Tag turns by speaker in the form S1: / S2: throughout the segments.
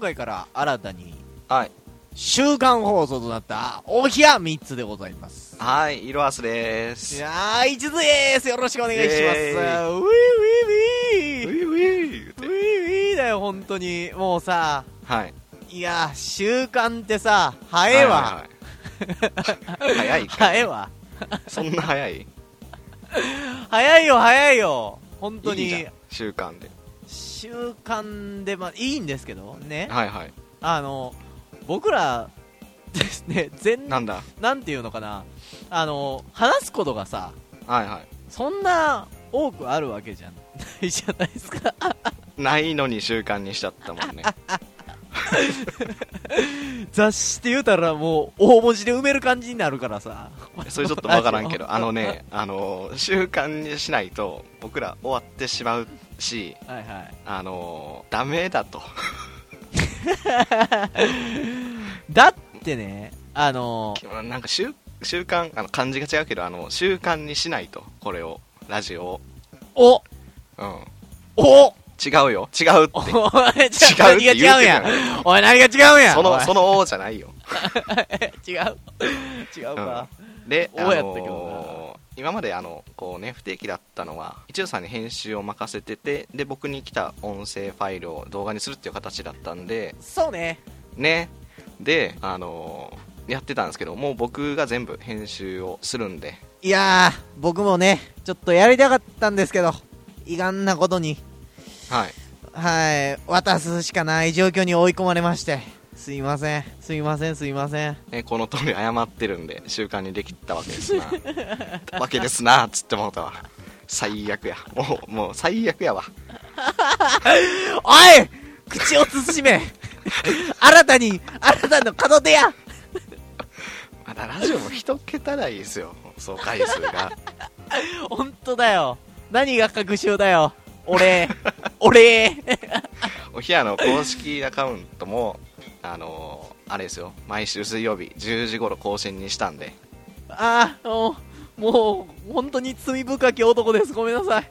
S1: 回から新たに
S2: はい。
S1: 週間放送となったお部屋3つでございます。
S2: はい、色あすで
S1: い
S2: す。
S1: やー、一途ですよろしくお願いします。ウィ
S2: イエ
S1: ーウィーウィーウィー
S2: ーィウィ
S1: ウィーウィーだよ、本当に。もうさ、
S2: はい。
S1: いやー、習慣ってさ、早えわ。
S2: はいはいはい。早いか
S1: 早えわ。
S2: そんな早い
S1: 早いよ、早いよ。本当
S2: いいじゃ
S1: に
S2: ん、習慣で。
S1: 習慣で、まあ、いいんですけど、ね。
S2: はいはい。
S1: あの、僕ら、ですね、全
S2: なんだ
S1: なんていうのかな、あの、話すことがさ、
S2: はいは
S1: そんな多くあるわけじゃない じゃないですか。
S2: い。ないのに習慣にしちゃったもんね。
S1: 雑誌って言うたらもう大文字で埋める感じになるからさ。
S2: それちょっとわからんけど、あのね、あのー、習慣にしないと、僕ら終わってしまうし、
S1: はいはい。
S2: あのー、ダメだと。
S1: だってね、あの、
S2: なんか習、習慣、あの、漢字が違うけど、あの、習慣にしないと、これを、ラジオを。
S1: お
S2: うん。
S1: お
S2: 違うよ。違うって
S1: お。前、ちょ何が違うんや
S2: 違うって言うてるや。
S1: おい、何が違うんや。
S2: そ
S1: お
S2: の、
S1: い
S2: その王じゃないよ。
S1: 違う。違うか。
S2: で、
S1: 王
S2: あのー
S1: やったけど
S2: 今まであのこうね不定期だったのは一応さんに編集を任せててで僕に来た音声ファイルを動画にするっていう形だったんで
S1: そうね。
S2: ねであのーやってたんですけどもう僕が全部編集をするんで
S1: いやー、僕もね、ちょっとやりたかったんですけど、いがんなことに、
S2: はい
S1: はい、渡すしかない状況に追い込まれまして。すいません、すいません、すいません。
S2: ね、この通り謝ってるんで習慣にできたわけです なわけですなっつってもうたわ最悪やもうもう最悪やわ
S1: おい口を慎め新たに、新たな門出や
S2: まだラジオも一桁台ですよそう回数が
S1: 本当だよ。何が確証だよ。俺、俺、
S2: おひやの公式アカウントもあのーあれですよ毎週水曜日10時頃更新にしたんで
S1: ああ、もう、もう、本当に罪深き男です。ごめんなさい。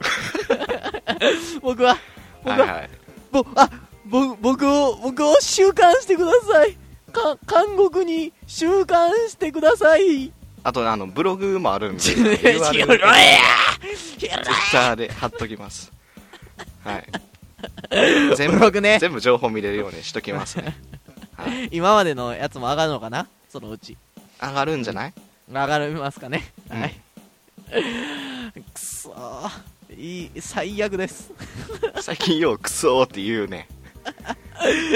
S1: 僕は、
S2: は
S1: 僕
S2: い
S1: は、
S2: はい
S1: ぼ、あ、ぼ、僕を、僕を収監してください。か、韓国に収監してください。
S2: あとあのブログもあるんで
S1: 違うや
S2: URL
S1: 広いや
S2: ツイッターで貼っときます。 はい。全
S1: ブログね
S2: 全部情報見れるようにしと きますね。はい、
S1: 今までのやつも上がるのかなそのうち。
S2: 上がるんじゃない
S1: 上がりますかね。
S2: うん
S1: はい。 くそー。いい、最悪です。
S2: 最近ようクソーって言 うね。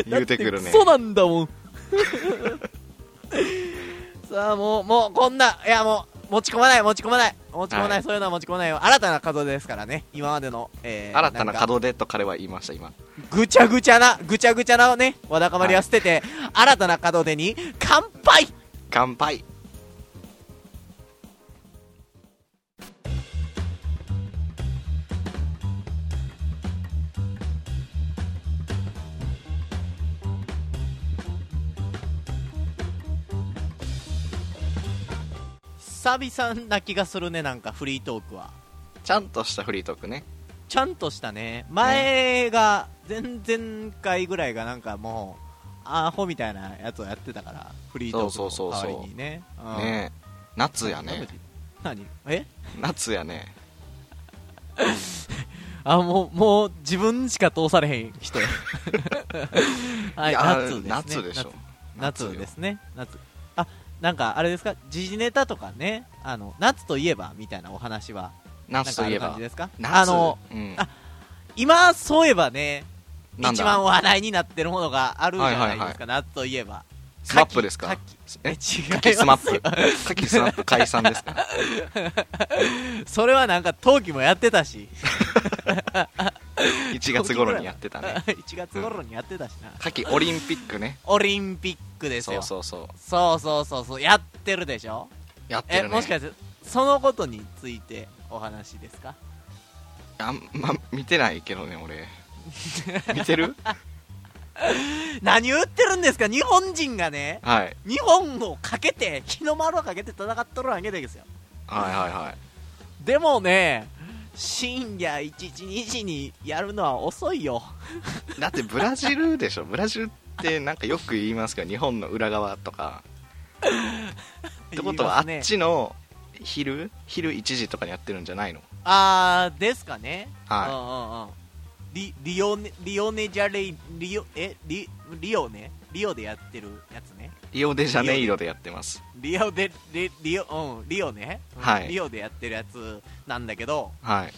S2: 言うてくるね
S1: そうなんだもん。 さあ、もう、もう、こんな、いや、もう、持ち込まない、持ち込まない、持ち込まない、
S2: はい
S1: そういうのは持ち込まないよ。新たな門出ですからね、今までの、えー、
S2: 新たなん
S1: か
S2: 門出と彼は言いました、今。
S1: ぐちゃぐちゃな、ぐちゃぐちゃなね、わだかまりは捨てて、新たな門出に、乾杯
S2: 乾杯
S1: 久々な気がするね、なんか、フリートークは。
S2: ちゃんとしたフリートークね。
S1: ちゃんとしたね。前が、前々回ぐらいがなんかもう、アホみたいなやつをやってたから、フリートーク
S2: そうそう
S1: の
S2: そうそう
S1: 代わりにね。うん
S2: ねえ夏やね。。
S1: 何え
S2: 夏やね。
S1: あ、もう、もう自分しか通されへん 人や。はい、
S2: いや
S1: 夏ですね。
S2: 夏でしょ。
S1: 夏。夏
S2: よ
S1: ですね。夏。あ、なんかあれですか時事ネタとかね、あの、夏といえばみたいなお話は、なん
S2: 夏
S1: か
S2: と
S1: あ
S2: いえ
S1: る感
S2: ば
S1: じ。ですか
S2: 夏
S1: あの、、
S2: うん
S1: あ今、そういえばね、
S2: なん
S1: 一番
S2: だ
S1: 話題になってるものがあるじゃないですか、
S2: はいはい
S1: 夏といえば。
S2: スマップですか
S1: 牡蠣
S2: え
S1: 牡蠣え、
S2: カ
S1: 違
S2: キ
S1: い
S2: スマ
S1: ま
S2: ップ
S1: す。。
S2: カキスマップ解散です か
S1: それはなんか、冬季もやってたし、
S2: ?1 月頃にやっ てたね。
S1: 1月頃にやってたしな。
S2: 夏季オリンピックね
S1: オリンピックです
S2: そう
S1: よ。
S2: そうそう
S1: そうそうそうそう、やってるでしょ
S2: やって
S1: え、
S2: るね
S1: もしかして、そのことについてお話ですか
S2: あんま見てないけどね俺 見てる
S1: 何言ってるんですか日本人がね、
S2: はい
S1: 日本をかけて、日の丸をかけて戦っとるわけですよ。
S2: はいはいはい
S1: でもね、深夜1時、2時にやるのは遅いよ。
S2: だってブラジルでしょブラジルってなんかよく言いますけど日本の裏側とか ってことはあっ
S1: 言いますね
S2: ちの昼昼1時とかにやってるんじゃないの
S1: あーですかね
S2: はい
S1: うんうんうんリリオネリオネジャレイリオえリリオねリオでやってるやつね
S2: リオデジャネイロでやってます
S1: リオでリリオうんリオね、うん
S2: はい
S1: リオでやってるやつなんだけど
S2: はい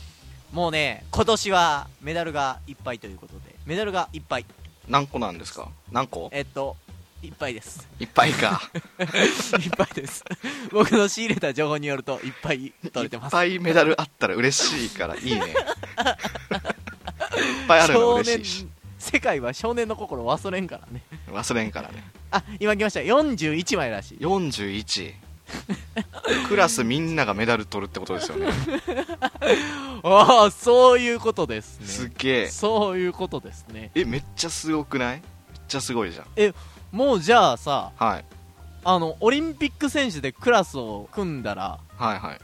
S1: もうね今年はメダルがいっぱいということでメダルがいっぱい
S2: 何個なんですか何個
S1: えっといっぱいです
S2: いっぱいか
S1: いっぱい です僕の仕入れた情報によるといっぱい 取れて
S2: い
S1: ま
S2: っ
S1: す
S2: ぱいメダルあったら嬉しいか らいいねいっぱいあるの嬉しいし
S1: 世界は少年の心を忘れんからね
S2: 忘れんからね
S1: あ今来ました41枚らしい
S2: 41クラスみんながメダル取るってことですよね
S1: ああそういうことですね
S2: すげえ
S1: そういうことですね
S2: えめっちゃすごくないめっちゃすごいじゃん
S1: もうじゃあさ
S2: はい
S1: あのオリンピック選手でクラスを組んだら
S2: はいはい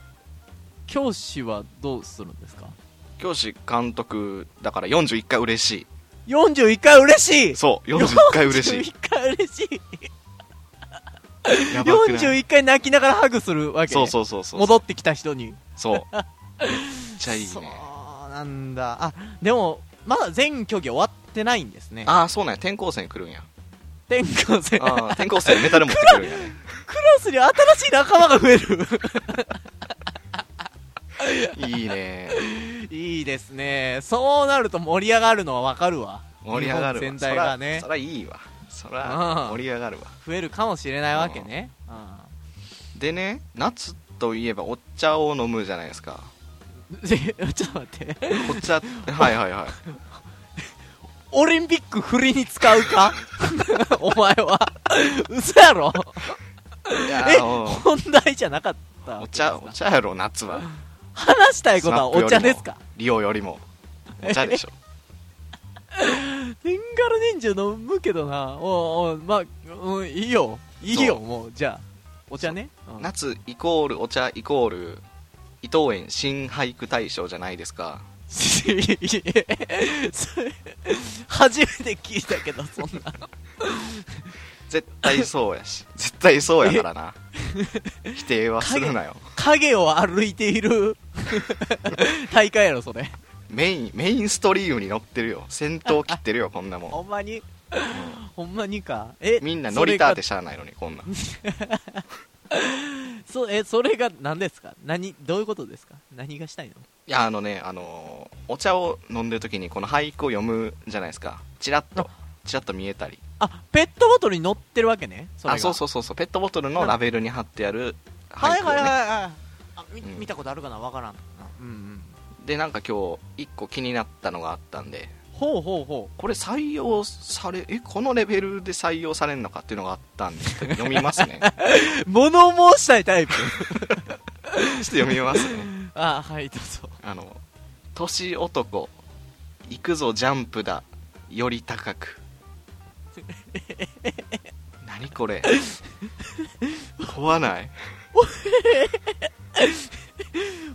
S1: 教師はどうするんですか
S2: 教師監督だから41回嬉し
S1: 41回嬉しい
S2: いそう41回嬉しい
S1: 41回嬉しい
S2: やばくない
S1: 41回泣きながらハグするわけね
S2: そうそうそうそう
S1: 戻ってきた人に
S2: そうめっちゃいい
S1: そう
S2: ね
S1: なんだあでもまだ全競技終わってないんですね
S2: ああそうなんや転校生に来るんや
S1: 転校生ク
S2: あ
S1: ラ
S2: ー転校生にメダル持ってくるんやね
S1: スに新しい仲間が増える
S2: いいね
S1: いいですねそうなると盛り上がるのはわかるわ
S2: 盛り上がる
S1: 日
S2: わ
S1: 本全体がね
S2: そらそらいいわそら
S1: あー
S2: 盛り上がるわ
S1: 増えるかもしれないわけねうん
S2: でね夏といえばお茶を飲むじゃないですか
S1: ちょっと待って
S2: お茶はいはいはい
S1: オリンピック振りに使うか お前は嘘やろ
S2: いや
S1: え
S2: ーおう
S1: 本題じゃなかった
S2: お茶お茶やろ夏は
S1: 話したいことは
S2: スナ
S1: お茶
S2: ップよりも
S1: ですか
S2: リオよりもお茶でしょ
S1: テンガル忍者飲むけどなおうおうまあ、うん、いいよいいよ
S2: そ
S1: もうじゃあお茶ね、うん
S2: 夏イコールお茶イコール伊藤園新俳句大賞じゃないですか
S1: それ初めて聞いたけどそんな
S2: 絶対そうやし絶対そうやか らな否定はするなよ
S1: 影を歩いてい る大会やろそれ
S2: メインメインストリームに乗ってるよ先頭切ってるよこんなもん
S1: ほんまにほんまにかえ
S2: みんな乗りたっ
S1: で
S2: てしゃあないのにこんなん
S1: そえそれが何ですか何どういうことですか何がしたいの
S2: いやあのねあのーお茶を飲んでる時にこの俳句を読むじゃないですかチラッとチラッと見えたり
S1: あペットボトルに乗ってるわけねそれが
S2: あそうそうそうそうペットボトルのラベルに貼ってある
S1: は
S2: 俳
S1: い
S2: 句を、
S1: はい
S2: ね
S1: はいはいあみ
S2: うん
S1: 見たことあるかなわからんなうんうん
S2: でなんか今日一個気になったのがあったんで
S1: ほうほうほ
S2: これ採用されえこのレベルで採用されるのかっていうのがあったんでちょっと読みま すねちょっ
S1: う物申したいタイプ
S2: と読みますね
S1: あはいどうぞ
S2: あの「年男行くぞジャンプだより 高く」何これ怖ない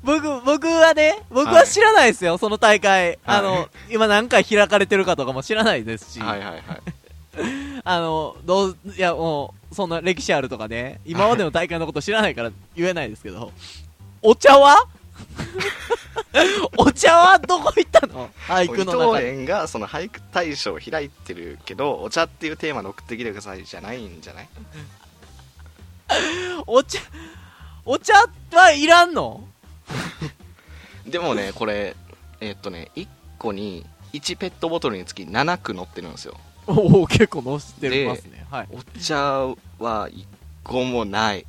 S1: 僕僕はね僕は知らないですよ、その大会あの、今何回開かれてるかとかも知らないですし、
S2: はいはいはい
S1: あのどういやもうそんな歴史あるとかね今までの大会のこと知らないから言えないですけどお茶 はお茶はどこ行ったの俳句の
S2: 伊
S1: 中
S2: 藤
S1: で
S2: 園がその俳句大賞を開いてるけどお茶っていうテーマで送ってきてくださいじゃないんじゃない
S1: お茶お茶はいらんの
S2: でもねこれえーっとね1個に1ペットボトルにつき7区乗ってるんですよ
S1: おお結構載せてますね はい
S2: お茶は1個もない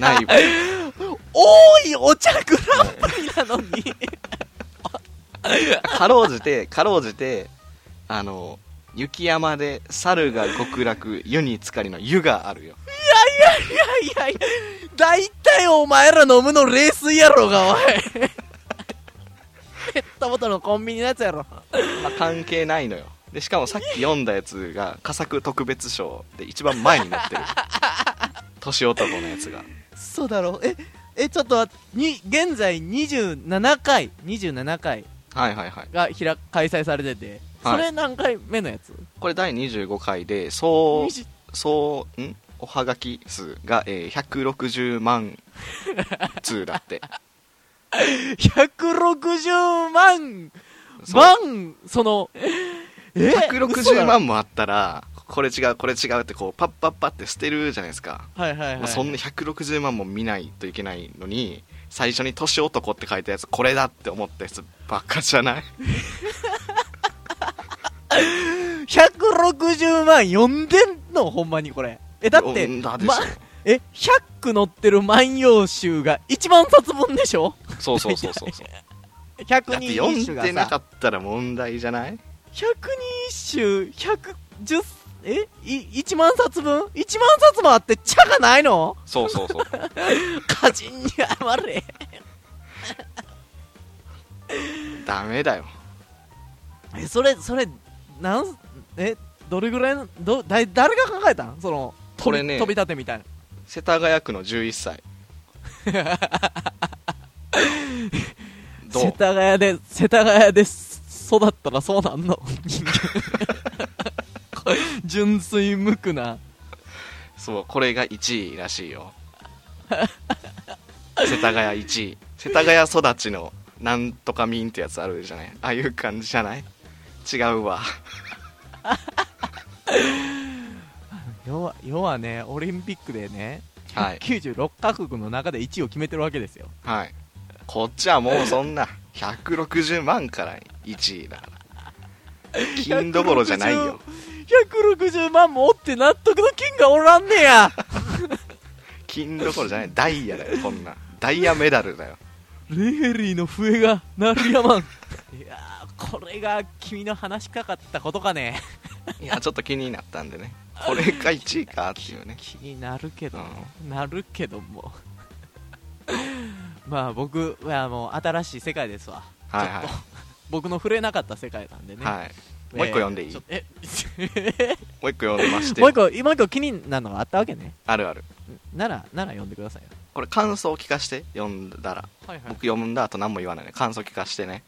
S2: ない
S1: 多いお茶グランプリなのに
S2: かろうじてかろうじてあの雪山で猿が極楽湯に浸かりの湯があるよ
S1: いやいやいや大体お前ら飲むの冷水やろがおいペットボトルのコンビニのやつやろ
S2: まあ関係ないのよでしかもさっき読んだやつが佳作特別賞で一番前に載ってる年男のやつが
S1: そうだろうええちょっと待ってに現在27回27回
S2: はいはいはい
S1: が開開催されてて、それ何回目のやつ、
S2: これ第25回でそ
S1: 二
S2: う
S1: 十
S2: そうんおはがき数が、えー、160万通だって
S1: 160万
S2: そう
S1: 万その え嘘だ
S2: 160
S1: ろ
S2: 万もあったらこれ違うこれ違うってこうパッパッパって捨てるじゃないですか、
S1: はいはいはい、
S2: まあそんな160万も見ないといけないのに最初に「年男」って書いたやつこれだって思ったやつばっかじゃない
S1: 160万読んでんのほんまにこれえだって
S2: うんだでしょ
S1: ま、え100句載ってる万葉集が1万冊分でしょ
S2: そうそうそうそうそう だ
S1: 100
S2: って
S1: 人
S2: 読
S1: 一首
S2: ん
S1: が
S2: でなか
S1: さ
S2: ったら問題じゃない
S1: 100人一首110えい1万冊分 ?1 万冊もあって茶がないの
S2: そうそうそう
S1: 歌人に謝れ
S2: ダメだよ
S1: えそれそれなんえどれぐらいのどだ誰が考えたんその
S2: これね
S1: 飛び飛び立てみたいな
S2: 世田谷区の11歳 ど
S1: 世
S2: う
S1: 田谷で世田谷で育ったらそうなん の人間純粋無垢な
S2: そうこれが1位らしいよ世田谷1位世田谷育ちのなんとか民ってやつあるじゃないああいう感じじゃない違うわ
S1: 要は要はねオリンピックでね
S2: はい
S1: 96カ国の中で1位を決めてるわけですよ
S2: はいこっちはもうそんな160万から1位だから金どころじゃないよ
S1: 160万もおって納得の金がおらんね や
S2: 金どころじゃないダイヤだよこんなダイヤメダルだよ
S1: レフェリーの笛が鳴りやまんいやーこれが君の話しかかったことかね
S2: いやちょっと気になったんでねこれが1位かっていうね
S1: 気になるけど、なるけども まあ僕はもう新しい世界ですわ
S2: はいはい
S1: ちょっと僕の触れなかった世界なんでね、
S2: はい
S1: えー
S2: もう一個読んでいい
S1: ちょ
S2: も
S1: っとえ
S2: う一個 読んでまして
S1: もう一個今一個気になるのがあったわけね
S2: あるある
S1: ならなら読んでくださいよ
S2: これ感想を聞かして読んだら
S1: はいは
S2: 僕読んだ後何も言わないね感想聞かしてね、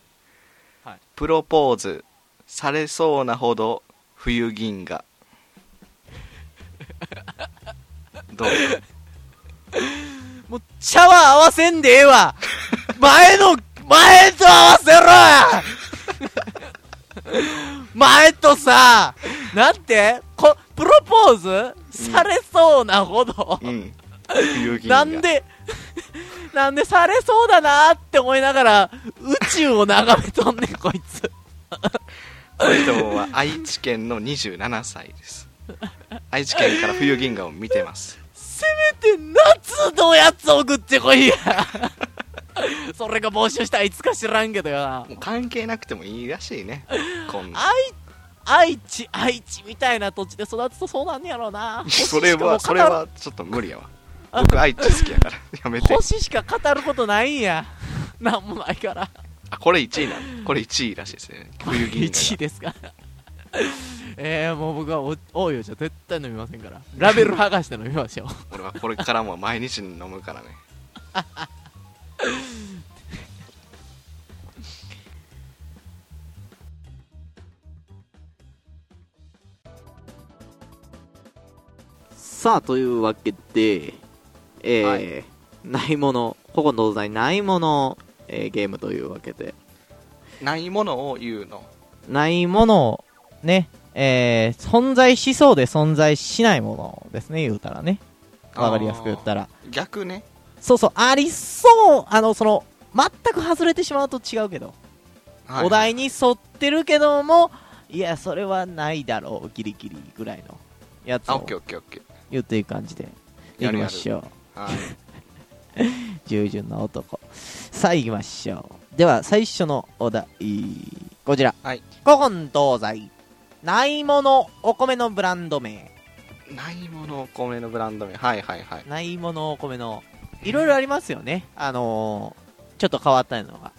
S1: はい
S2: プロポーズされそうなほど冬銀 河どう
S1: もうシャワー合わせんでええ わ前の前と合わせろ や前とさなんてこプロポーズされそうなほど、
S2: うん冬銀
S1: な
S2: 河
S1: んで、 なんでされそうだなーって思いながら、宇宙を眺めとんねん、こいつ。
S2: この人は愛知県の27歳です愛知県から冬銀河を見てます
S1: せめて夏のやつ送ってこいや。 それが募集したらいつか知らんけどよな。
S2: もう関係なくてもいいらしいねこんな
S1: 愛、愛知、愛知みたいな土地で育つとそうなんねやろう な。
S2: それ
S1: 星
S2: は
S1: し
S2: そ
S1: かもう語ら
S2: れはちょっと無理やわ僕愛知好きやからやめて
S1: 星しか語ることないんや。なんもないから。
S2: あこれ1位なのこれ1位らしいですね冬 銀
S1: 1
S2: 河
S1: 位ですかえー、もう僕はおおいよじゃ絶対飲みませんからラベル剥がして飲みましょう
S2: が俺はこれからも毎日飲むからね
S1: さあというわけでえー
S2: はい
S1: ないものここの東西ないもの、えーゲームというわけで
S2: ないものを言うの
S1: ないものをねえー、存在しそうで存在しないものですね言うたらねわかりやすく言ったら
S2: 逆ね
S1: そうそうありそうあのその全く外れてしまうと違うけど
S2: はい
S1: お題に沿ってるけどもいやそれはないだろうギリギリぐらいのやつ
S2: あオ
S1: を
S2: ッケーオッケーオッケ
S1: 言っていく感じでい
S2: や
S1: き
S2: るやる
S1: ましょう
S2: ーはい
S1: 従順な男さあいきましょうでは最初のお題こちら、
S2: はい
S1: 古今東西ないものお米のブランド名
S2: ないものお米のブランド名はいはいはい
S1: ないものお米のいろいろありますよねあのーちょっと変わったのが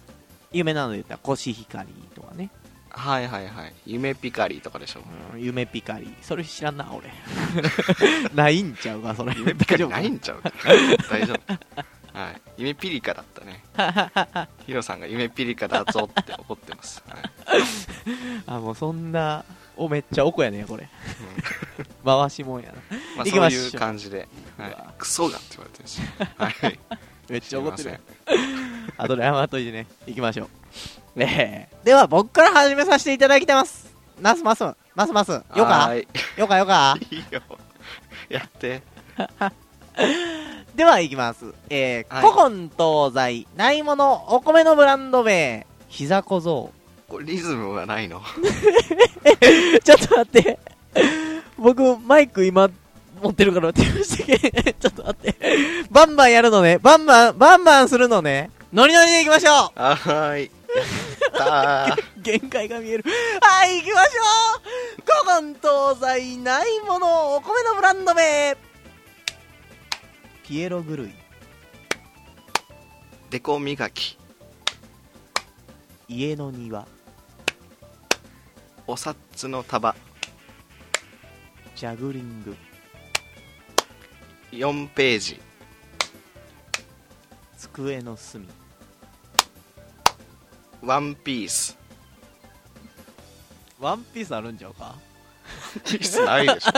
S1: 有名なので言ったらコシヒカリとかね、
S2: はいはいはい夢ピカリとかでしょ
S1: うん、夢ピカリそれ知らんな俺 ないんちゃうかそれ
S2: 夢ピカリない
S1: 大丈夫
S2: んちゃう大丈夫はい 夢ピリカだったねヒロさんが夢ピリカだぞって怒ってます、はい
S1: あ、もうそんな、おめっちゃおこやねこれ。回しもんやな。
S2: ま
S1: 行
S2: あ、そ
S1: き
S2: う
S1: ましょう
S2: いう感じで、は
S1: うわ
S2: い、クソがって言われてるし、はい、
S1: めっちゃ怒ってるやん
S2: すい。
S1: あとで謝っといてね。行きましょう。ねえ。では、僕から始めさせていただきてます。ナスマスン、マスマスン。よ
S2: ませんは
S1: か
S2: ーい
S1: よかよか。
S2: いいよ、やって、
S1: では、行きます。えー、
S2: はい
S1: 古今東西、ないもの、お米のブランド名、膝小僧。
S2: これリズムはないの、
S1: ちょっと待って。僕、マイク今、持ってるから手をしてけ。 ちょっと待って。バンバンやるのね。バンバン、バンバンするのね。ノリノリでいきましょ
S2: あはーい、や ったー
S1: う限界が見える。はい、行きましょう古今東西ないもの、お米のブランド名ピエログルイ、
S2: デコ磨き、
S1: 家の庭、
S2: お札の束、
S1: ジャグリング、
S2: 4ページ、
S1: 机の隅、
S2: ワンピース、
S1: ワンピースあるんちゃうか
S2: ピースないでしょ、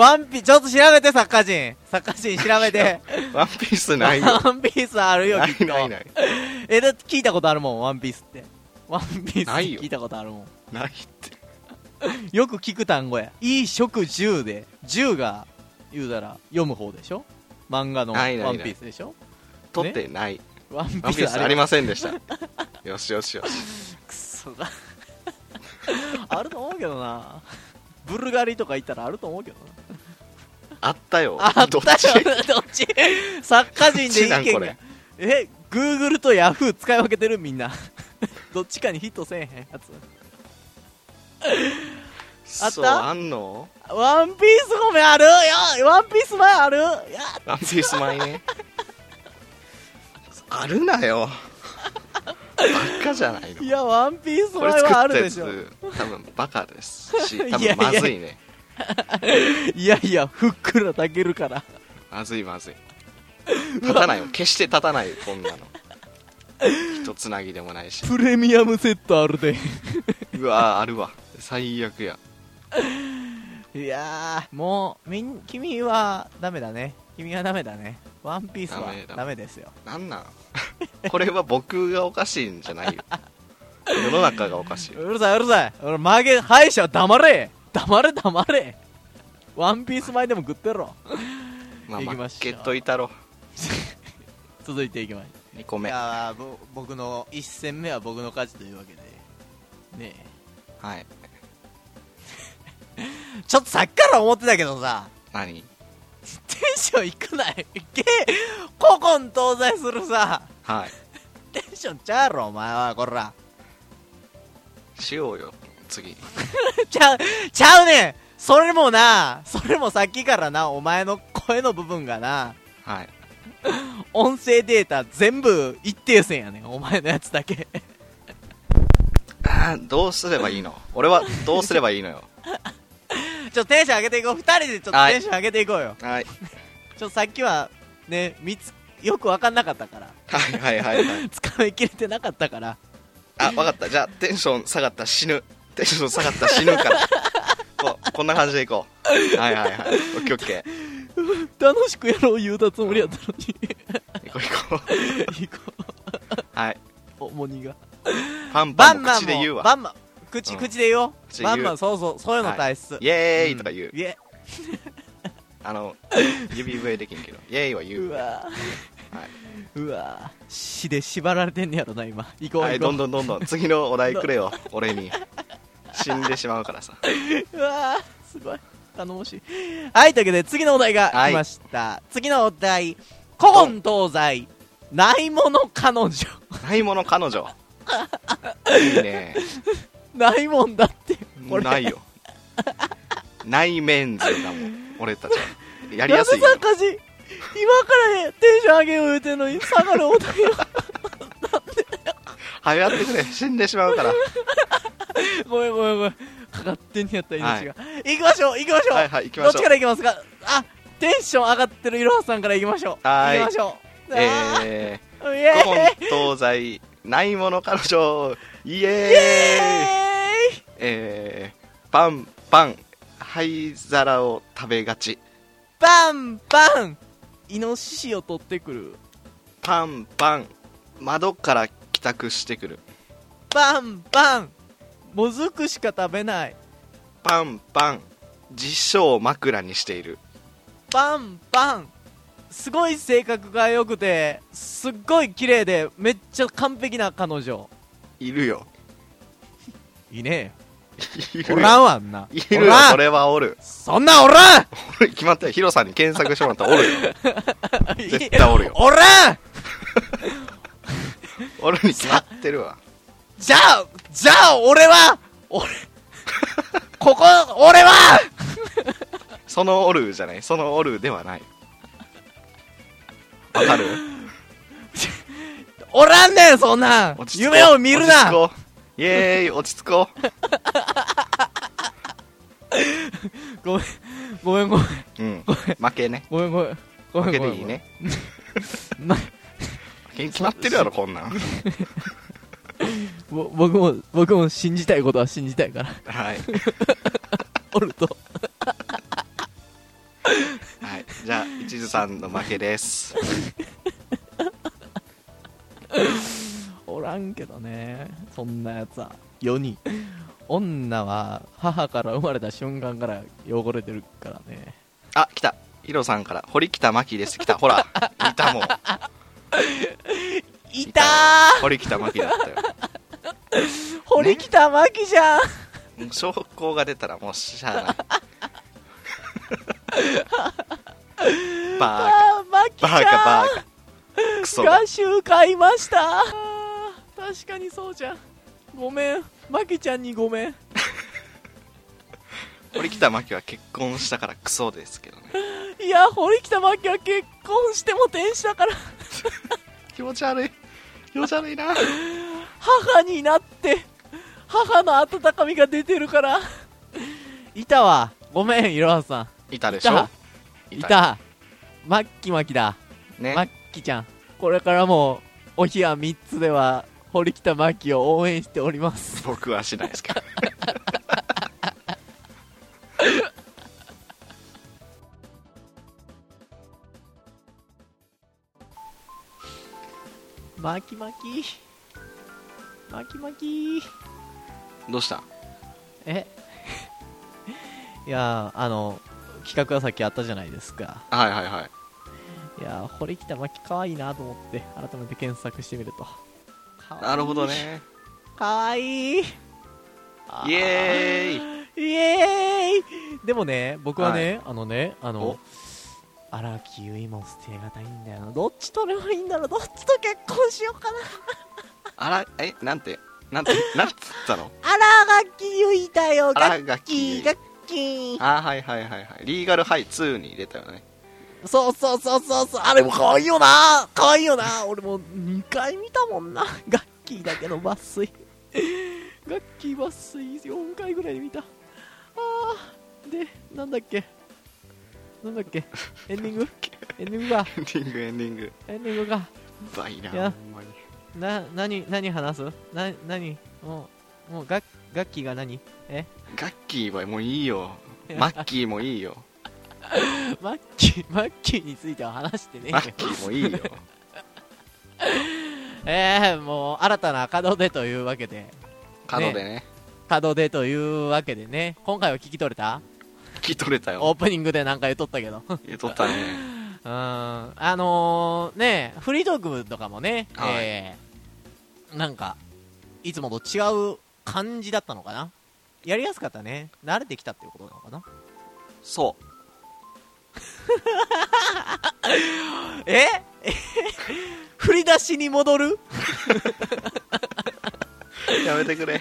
S1: ワンピース、ちょっと調べて、サッカー人。サッカー人調べて。
S2: ワンピースないよ、
S1: ワンピースあるよ、
S2: な
S1: きっ
S2: い
S1: と。
S2: ないない、
S1: え、だって聞いたことあるもん、ワンピースって。ワンピース
S2: ないよ
S1: 聞いたことあるもん。よ
S2: ないって、
S1: く聞く単語や。衣食住で、住が、言うたら、読む方でしょ漫画のワ
S2: ない
S1: ン
S2: ないない
S1: ピースでしょ
S2: 取ってない、
S1: ワンピ
S2: ワ
S1: ー
S2: ンピー
S1: スあ
S2: スあ
S1: り
S2: り
S1: ま
S2: ませんでした、よしよしよし、
S1: くそが。 あると思うけどな。ブルガリとか行ったらあると思うけどな。
S2: あったよ、
S1: あ
S2: ど
S1: ど
S2: っ
S1: っち
S2: ち
S1: どっち作家人で意
S2: どっちなんこ
S1: 見が
S2: れ
S1: え Google と Yahoo 使い分けてるみんな どっちかにヒットせえへんやつあった
S2: そうあんの
S1: ワンピースごめんあるいやワンピース前あるいや
S2: ワンピース前 ねあるなよバカじゃないの
S1: いやワンピース
S2: これ
S1: 前
S2: 作っ
S1: は
S2: た
S1: ある
S2: や
S1: でしょ
S2: つ多分バカですし多
S1: いや
S2: 分
S1: いや
S2: まずいね
S1: いやいやふっくら炊けるから
S2: まずいまずい立たないよ決して立たないよこんなの一つなぎでもないし
S1: プレミアムセットあるで
S2: うわあるわ最悪や
S1: いやーもうみん君はダメだね君はダメだねワンピースは
S2: ダメだ
S1: ダメですよ
S2: なんなんこれは僕がおかしいんじゃないよ世の中がおかしいう
S1: るさいうるさい俺曲げ歯医者は黙れ黙れ黙れワンピース前でも食ってろ
S2: まあ
S1: 行きま
S2: 負
S1: しょう
S2: けといたろ
S1: 続いていきましょ
S2: 2個
S1: うい
S2: 目は
S1: やーぼ僕の1戦目は僕の勝ちというわけでね
S2: い
S1: えちょっとさっきから思ってたけどさ
S2: 何
S1: テンションいくないゲ古今東西するさ
S2: はい
S1: テンションちゃうやろお前はこら
S2: しようよ次
S1: ちゃうちゃうねんそれもなそれもさっきからなお前の声の部分がな
S2: はい
S1: 音声データ全部一定線やねんお前のやつだけ
S2: あーどうすればいいの俺はどうすればいいのよ
S1: ちょっとテンション上げていこう二人でちょっと
S2: はい
S1: テンション上げていこうよ
S2: はい
S1: ちょっとさっきはねみつよく分かんなかったから
S2: はいはいはいはい
S1: つかめきれてなかったから
S2: あ分かったじゃあテンション下がったら死ぬテンション下がったら死ぬ からこうこんな感じでいこうはいはいはいオッケーオッケ
S1: 楽しくやろう言うたつもりやったの
S2: ー行こう行こう
S1: に いこ
S2: はい
S1: お重荷が
S2: パン
S1: バ
S2: パン
S1: ン
S2: も
S1: マン
S2: 口で言う
S1: も
S2: わ
S1: バンマン
S2: う
S1: 口
S2: ん
S1: 口で言おう
S2: 口で言
S1: バ
S2: う
S1: ンマンそうそうそういうの体質
S2: イエーイとか言う、
S1: んイエ
S2: あの指笛で きんけどイエーイは言
S1: う
S2: う
S1: わ
S2: は
S1: うわ死で縛られてんねやろな今行こ
S2: いうはい
S1: 行こ
S2: ど
S1: うん
S2: どんどんどん次のお題くれよ俺に死んでしまうからさ
S1: うわーすごい頼もしいはいというわけで次のお題が来ました、次のお題古今東西ないもの彼女
S2: ないもの彼女いいね
S1: ないもんだってこれ
S2: ないよないメンズだもん俺たちはやり
S1: な
S2: や
S1: んですさ
S2: いよ
S1: かし今からねテンション上げよう言うてんのに下がるお題 を
S2: 早やってくれ死んでしまうから
S1: ごめんごめんごめんかかってんやった命が、行きましょう行きましょう、
S2: はいはい行きま
S1: どっ
S2: しょ
S1: ち
S2: う
S1: から行きますかあテンション上がってるいろはさんから行きましょう
S2: はい
S1: 行きましょうあー
S2: え
S1: イ
S2: ー、
S1: エーイ
S2: 古今東西ないもの彼女イエーイえー、パンパン灰皿を食べがち
S1: バンバンイノシシを取ってくる
S2: パンパン窓から帰宅してくる
S1: バンバンもずくしか食べない
S2: パンパン辞書を枕にしている
S1: バンバンすごい性格が良くてすっごい綺麗でめっちゃ完璧な彼女
S2: いるよ
S1: いね
S2: い
S1: え
S2: る
S1: おら
S2: よ
S1: んわんないお
S2: るよ
S1: ら
S2: そ
S1: ん
S2: れはおる
S1: そんなんおらん
S2: おる決まったよヒロさんに検索してもらったらおる よ絶対おるよ
S1: おらん
S2: おるに決まってるわ
S1: じゃあじゃあ俺は 俺ここ俺は
S2: そのおるじゃないそのおるではないわかる
S1: おらんねんそんなん
S2: 落ち着こう
S1: 夢を見るな
S2: 落ち着こうイエーイ落ち着こ
S1: ごめんごめんごめん
S2: ううん負けね
S1: ごめんごめんごめ
S2: 負
S1: ん
S2: け
S1: ごめん
S2: でいいね
S1: な
S2: 負けに決まってるやろこんなん
S1: ぼ僕も僕も信じたいことは信じたいから
S2: はい
S1: おると
S2: はい、じゃあ一途さんの負けです
S1: おらんけどねそんなやつは4人女は母から生まれた瞬間から汚れてるからね
S2: あ来たヒロさんから堀北真希です来たほらいたもん
S1: い
S2: た
S1: た
S2: 堀北真希だったよ
S1: ー堀北真希じゃん、
S2: もう証拠が出たらもうしゃあないバ
S1: あー真希
S2: ーカバー
S1: ち
S2: カバ
S1: ゃん
S2: ーカクソが
S1: 合衆買いましたあー確かにそうじゃんごめんマキちゃんにごめん
S2: 堀北真希は結婚したからクソですけどね
S1: いや堀北真希は結婚しても天使だから
S2: 気持ち悪い気持ち悪いな
S1: 母になって母の温かみが出てるからいたわごめんいろはさ
S2: いた
S1: んい
S2: でしょ
S1: たいたマッキマキだ
S2: ね
S1: マッキちゃんこれからもお日は3つでは堀北真希を応援しております
S2: 僕はしないですけど
S1: マキマキマキマキ
S2: どうした
S1: えいやーあの企画はさっきあったじゃないですか
S2: はいはいはい
S1: いやー堀北真希可愛いなと思って改めて検索してみるとかわいい
S2: なるほどね
S1: かわいいイ
S2: イエーイ
S1: イイエーイでもね僕はね、あのねあの
S2: お
S1: 荒木結衣も捨てがたいんだよなどっちとればいいんだろうどっちと結婚しようかな
S2: あらえなんてなんて なんつったの
S1: 荒垣結衣だよガ
S2: 荒
S1: ッキ
S2: 垣
S1: ーガッキー
S2: あーはいはいはいはいリーガルハイ2に出たよね
S1: そうそうそうそうそうあれも可愛いよな可愛いよな俺も2回見たもんな ガッキーだけの抜粋 ガッキー抜粋4回ぐらいで見たあーでなんだっけなんだっけエンディングエンディングが
S2: エンディングエンディング
S1: エンディングが
S2: バイなほ
S1: いや
S2: んまに
S1: な何何話すな何もうもうガッガッキーが何え
S2: ガッキーはもういいよ
S1: いや
S2: マッキーもいいよ
S1: マッキーマッキーについては話してねえ
S2: マ
S1: よ
S2: ッキーもいいよ
S1: えー、もう新たな門出というわけで
S2: 角でね
S1: 門出というわけでね今回は聞き取れた
S2: 聞き取れた
S1: オー
S2: よ
S1: プニングで何か言っとったけ どう
S2: 言っとったね
S1: ーんあのー、ねフリートークとかもね、
S2: はい
S1: えーなんかいつもと違う感じだったのかなやりやすかったね慣れてきたっていうことなのかな
S2: そ
S1: え 振り出しに戻る
S2: うやめてくれ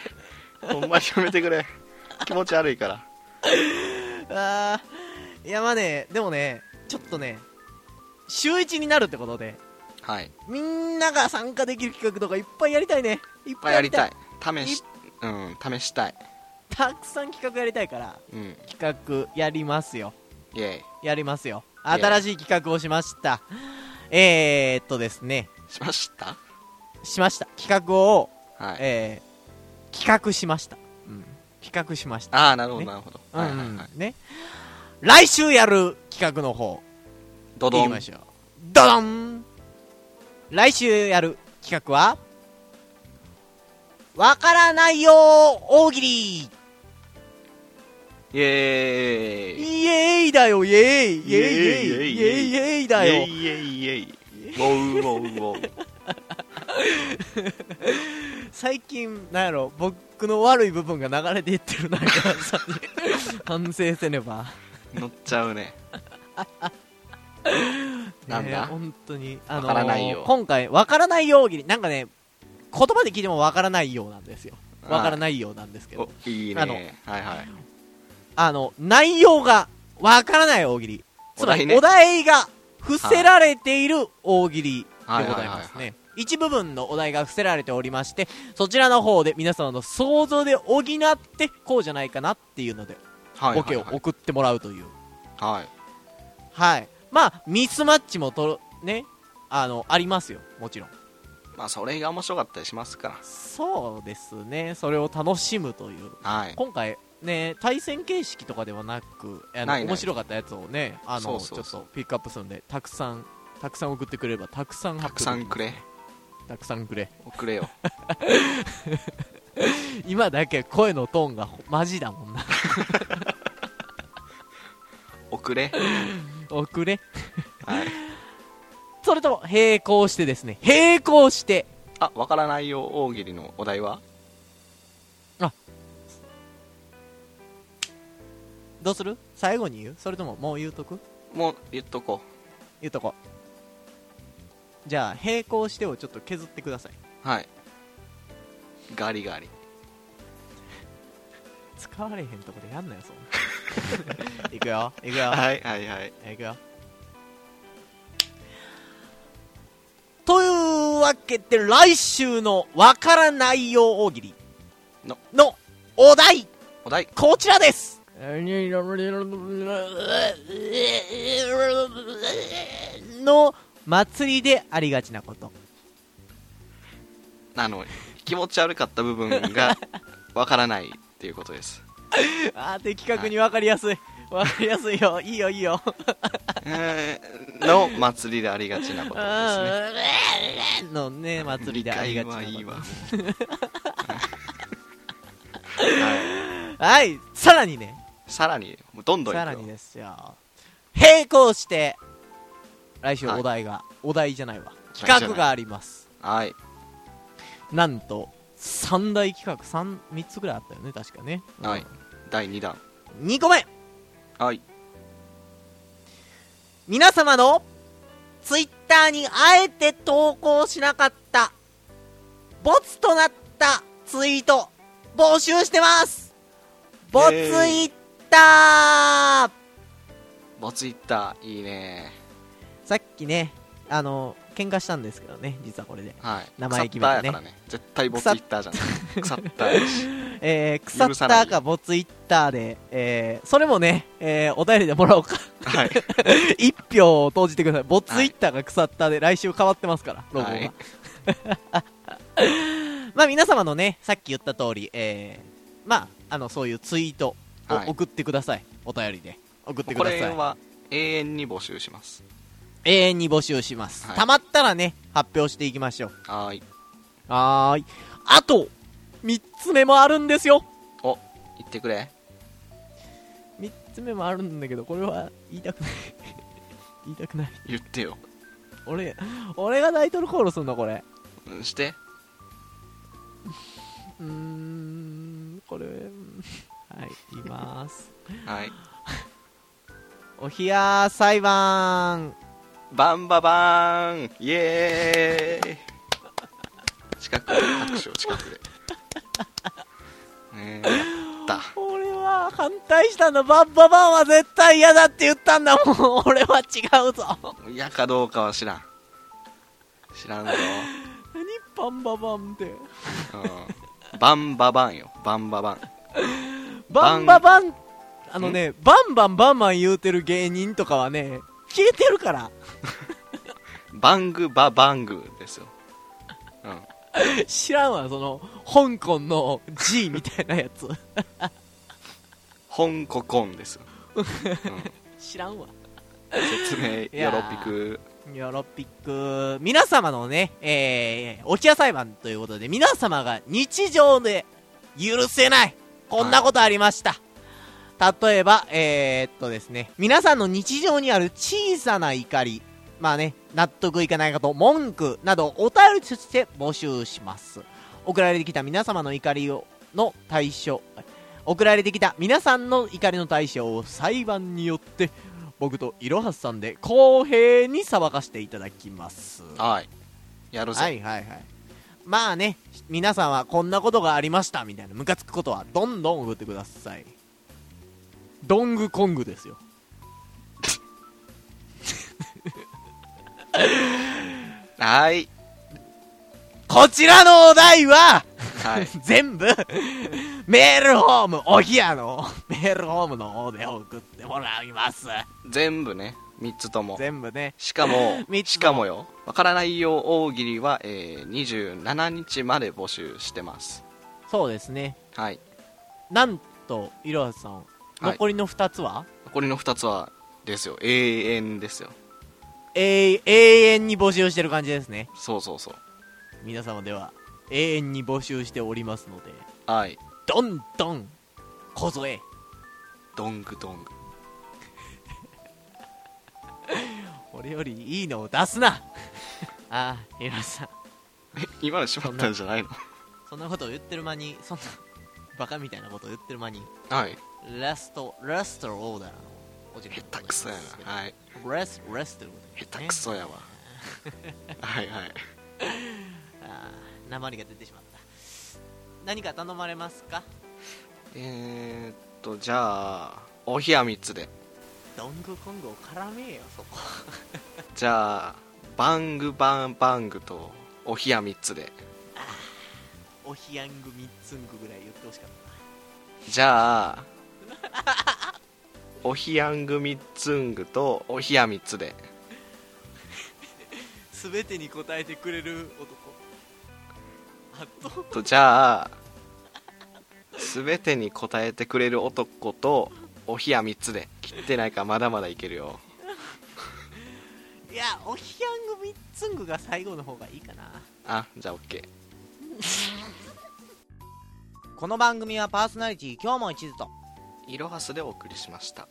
S2: ほんまにやめてくれ気持ち悪いから
S1: あーいやまあねでもねちょっとね週一になるってことで
S2: はい
S1: みんなが参加できる企画とかいっぱいやりたいねいっ
S2: ま
S1: ぱ
S2: あ
S1: い
S2: や
S1: や
S2: り
S1: りた
S2: た
S1: い
S2: い試しうん試したい
S1: たくさん企画やりたいから
S2: うん
S1: 企画やりますよ
S2: イエ
S1: やりますよ
S2: イエイ
S1: 新しい企画をしましたえー、っとですね
S2: イしました
S1: しました企画を、
S2: はい
S1: え企画しました、うん、企画しました
S2: ああなるほど
S1: ね
S2: なるほど、
S1: うん、
S2: はいはいはい
S1: ね来週やる企画の方
S2: ド
S1: い
S2: ド
S1: き
S2: ン
S1: ましょうドドン来週やる企画はわからないよ大喜利
S2: イエーイ
S1: イエーイだよイエーイイエーイイエーイイ
S2: イ
S1: エ
S2: エー
S1: ーイ
S2: イ
S1: イエーイだよ
S2: イエイイエイイエイウォウウォウウォウ
S1: 最近なんやろ僕の悪い部分が流れていってるなからさ 反省せねば
S2: 乗っちゃ うねなん
S1: ねえ
S2: だ
S1: 本当にあのー
S2: わからないよ
S1: 今回わからないよ大喜利なんかね言葉で聞いてもわからないようなんですよわからないようなんですけ
S2: お
S1: ど
S2: いい
S1: あの
S2: ねはいはい
S1: あの内容がわからない大喜利つまり
S2: お題ね
S1: お題が伏せられている大喜利でござい
S2: はいはい
S1: ま
S2: はい
S1: す
S2: はい
S1: ね一部分のお題が伏せられておりましてそちらの方で皆様の想像で補ってこうじゃないかなっていうので
S2: はい
S1: ボケを
S2: はい
S1: 送ってもらうという
S2: はい
S1: はいまあミスマッチもとろねあのありますよもちろん
S2: まあそれが面白かったりしますか
S1: そうですねそれを楽しむという
S2: らはい
S1: 今回ね対戦形式とかではなくあの
S2: ないない
S1: 面白かったやつをねあの
S2: そうそう
S1: ち
S2: そ
S1: ょっとピックアップするんでたくさんたくさん送ってくれればたくさん
S2: たくさんく
S1: れ
S2: れ
S1: たくさんくれ
S2: 送れよ
S1: 今だけ声のトーンがほマジだもんな
S2: 送れ
S1: 送れ
S2: はい
S1: それとも並行してですね並行して
S2: あわからないよ大喜利のお題は
S1: どうする最後に言うそれとももう言うとく
S2: もう言っとこ
S1: 言うとこじゃあ並行してをちょっと削ってくださいう
S2: はいガリガリ
S1: 使われへんとこでやんなよそん ないくよいく よ、
S2: はいはいはい
S1: い、くよというわけで来週のわからないよう大喜利
S2: の
S1: のお題
S2: お題
S1: こちらですの祭りでありがちなこと
S2: あの気持ち悪かった部分 がわからないっていうことです
S1: あー的確にわかりやすいわかりやすいよいいよいいよ
S2: えーの祭りでありがちなことですね
S1: うんのね祭りでありがちなこと
S2: 理解はいいわは
S1: はいさらにね
S2: いさらにもうどんどんいく
S1: さ
S2: よ
S1: らにですよ並行して来週お題が、お題じゃないわ企画があります
S2: はい
S1: なんと三大企画三三つぐらいあったよね確かね、
S2: はい第2弾
S1: 2個目
S2: はい
S1: 皆様のツイッターにあえて投稿しなかったボツとなったツイート募集してますボツイッター、
S2: ボツイッターいいね
S1: さっきねあの喧嘩したんですけどね実はこれで、
S2: はい
S1: 名前決めてね
S2: 腐ったやからね絶対ボツイッターじ ゃない腐ったやし
S1: えー、腐
S2: 許
S1: っ
S2: さない
S1: たかボツイッターで、えー、それもね、えー、お便りでもらおうか
S2: はい
S1: 一票を投じてくださいボツイッターが腐ったで来週変わってますからロゴが、
S2: はい
S1: まあ皆様のねさっき言った通り、えー、まああのそういうツイートを
S2: はい
S1: 送ってください、お便りで送ってく
S2: こ
S1: ださ
S2: れ
S1: い
S2: は永遠に募集します
S1: 永遠に募集します、
S2: はい
S1: たまったらね発表していきましょう
S2: はい
S1: はーいあと3つ目もあるんですよ
S2: お言ってくれ
S1: 3つ目もあるんだけどこれは言いたくない 言いたくない
S2: 言ってよ
S1: 俺俺がタイトルコールすんのこれ
S2: うんして
S1: うーんこれうんはい言います
S2: はい
S1: おひや裁判
S2: バンババーンイエーイ近くで拍手を近くでねえやった
S1: 俺は反対したんだバンババンは絶対嫌だって言ったんだもん俺は違うぞ
S2: 嫌かどうかは知らん知らんぞ、
S1: 何バンババンって
S2: うん、バンババンよバンババン
S1: バ
S2: バ
S1: ン
S2: ン
S1: ババンあのねバンバンバンバン言うてる芸人とかはね消えてるから
S2: バングババングですよ、うん、
S1: 知らんわ、その、香港の G みたいなやつ。
S2: 本ココンです、うん
S1: 知らんわ。
S2: 説明よろぴく
S1: ヨロピック、皆様のね、えー、置き屋裁判ということで、皆様が日常で許せないこんなことありました。例えば、えー、っとですね、皆さんの日常にある小さな怒り、まあね、納得いかないこと、文句などお便りとして募集します。送られてきた皆様の怒りを、の対象、送られてきた皆さんの怒りの対象を裁判によって僕といろはさんで公平に裁かせていただきますは
S2: はいやる
S1: い
S2: ぜ、
S1: はいはいまあね皆さんはこんなことがありましたみたいなムカつくことはどんどん送ってくださいドングコングですよ
S2: はい
S1: こちらのお題は
S2: はい
S1: 全部メールホームおぎやの メールホームの方で送ってもらいます
S2: 全部ね3つとも
S1: 全部ね
S2: しか も
S1: 三つ
S2: しかもよわからないよう大喜利は、えー、27日まで募集してます
S1: そうですね
S2: はい
S1: なんといろはさん
S2: はい
S1: 残りの2つは、
S2: 残りの2つはですよ永遠ですよ
S1: えー永遠に募集してる感じですね
S2: そうそうそう
S1: 皆様では永遠に募集しておりますので
S2: はい
S1: どんどんこぞえ
S2: ドングドング
S1: 俺よりいいのを出す なああヒロさん
S2: え今のしまったんじゃないの
S1: そんなことを言ってる間にそんなバカみたいなことを言ってる間に
S2: はい
S1: ラストラストオーダーのお時間で
S2: 下
S1: ござい
S2: 手くそや
S1: ますけど
S2: なはい
S1: ラストラストでございますね
S2: 下手くそやわはいはい
S1: ああ鉛が出てしまった何か頼まれますか
S2: えー、っとじゃあお冷や3つで
S1: ドングコングを絡めよそこ
S2: じゃあバングバンバングとお冷や3つで
S1: おひやんぐみっつんぐぐらい言ってほしかった
S2: じゃあおひやんぐみっつんぐとおひやみっつで
S1: 全てに答えてくれる男あと
S2: とじゃあすべてに答えてくれる男とおひやみっつで切ってないからまだまだいけるよ
S1: いやおひやんぐみっつんぐが最後の方がいいかな
S2: あじゃあ OK
S1: この番組はパーソナリティ今日も一途と
S2: いろはすでお送りしました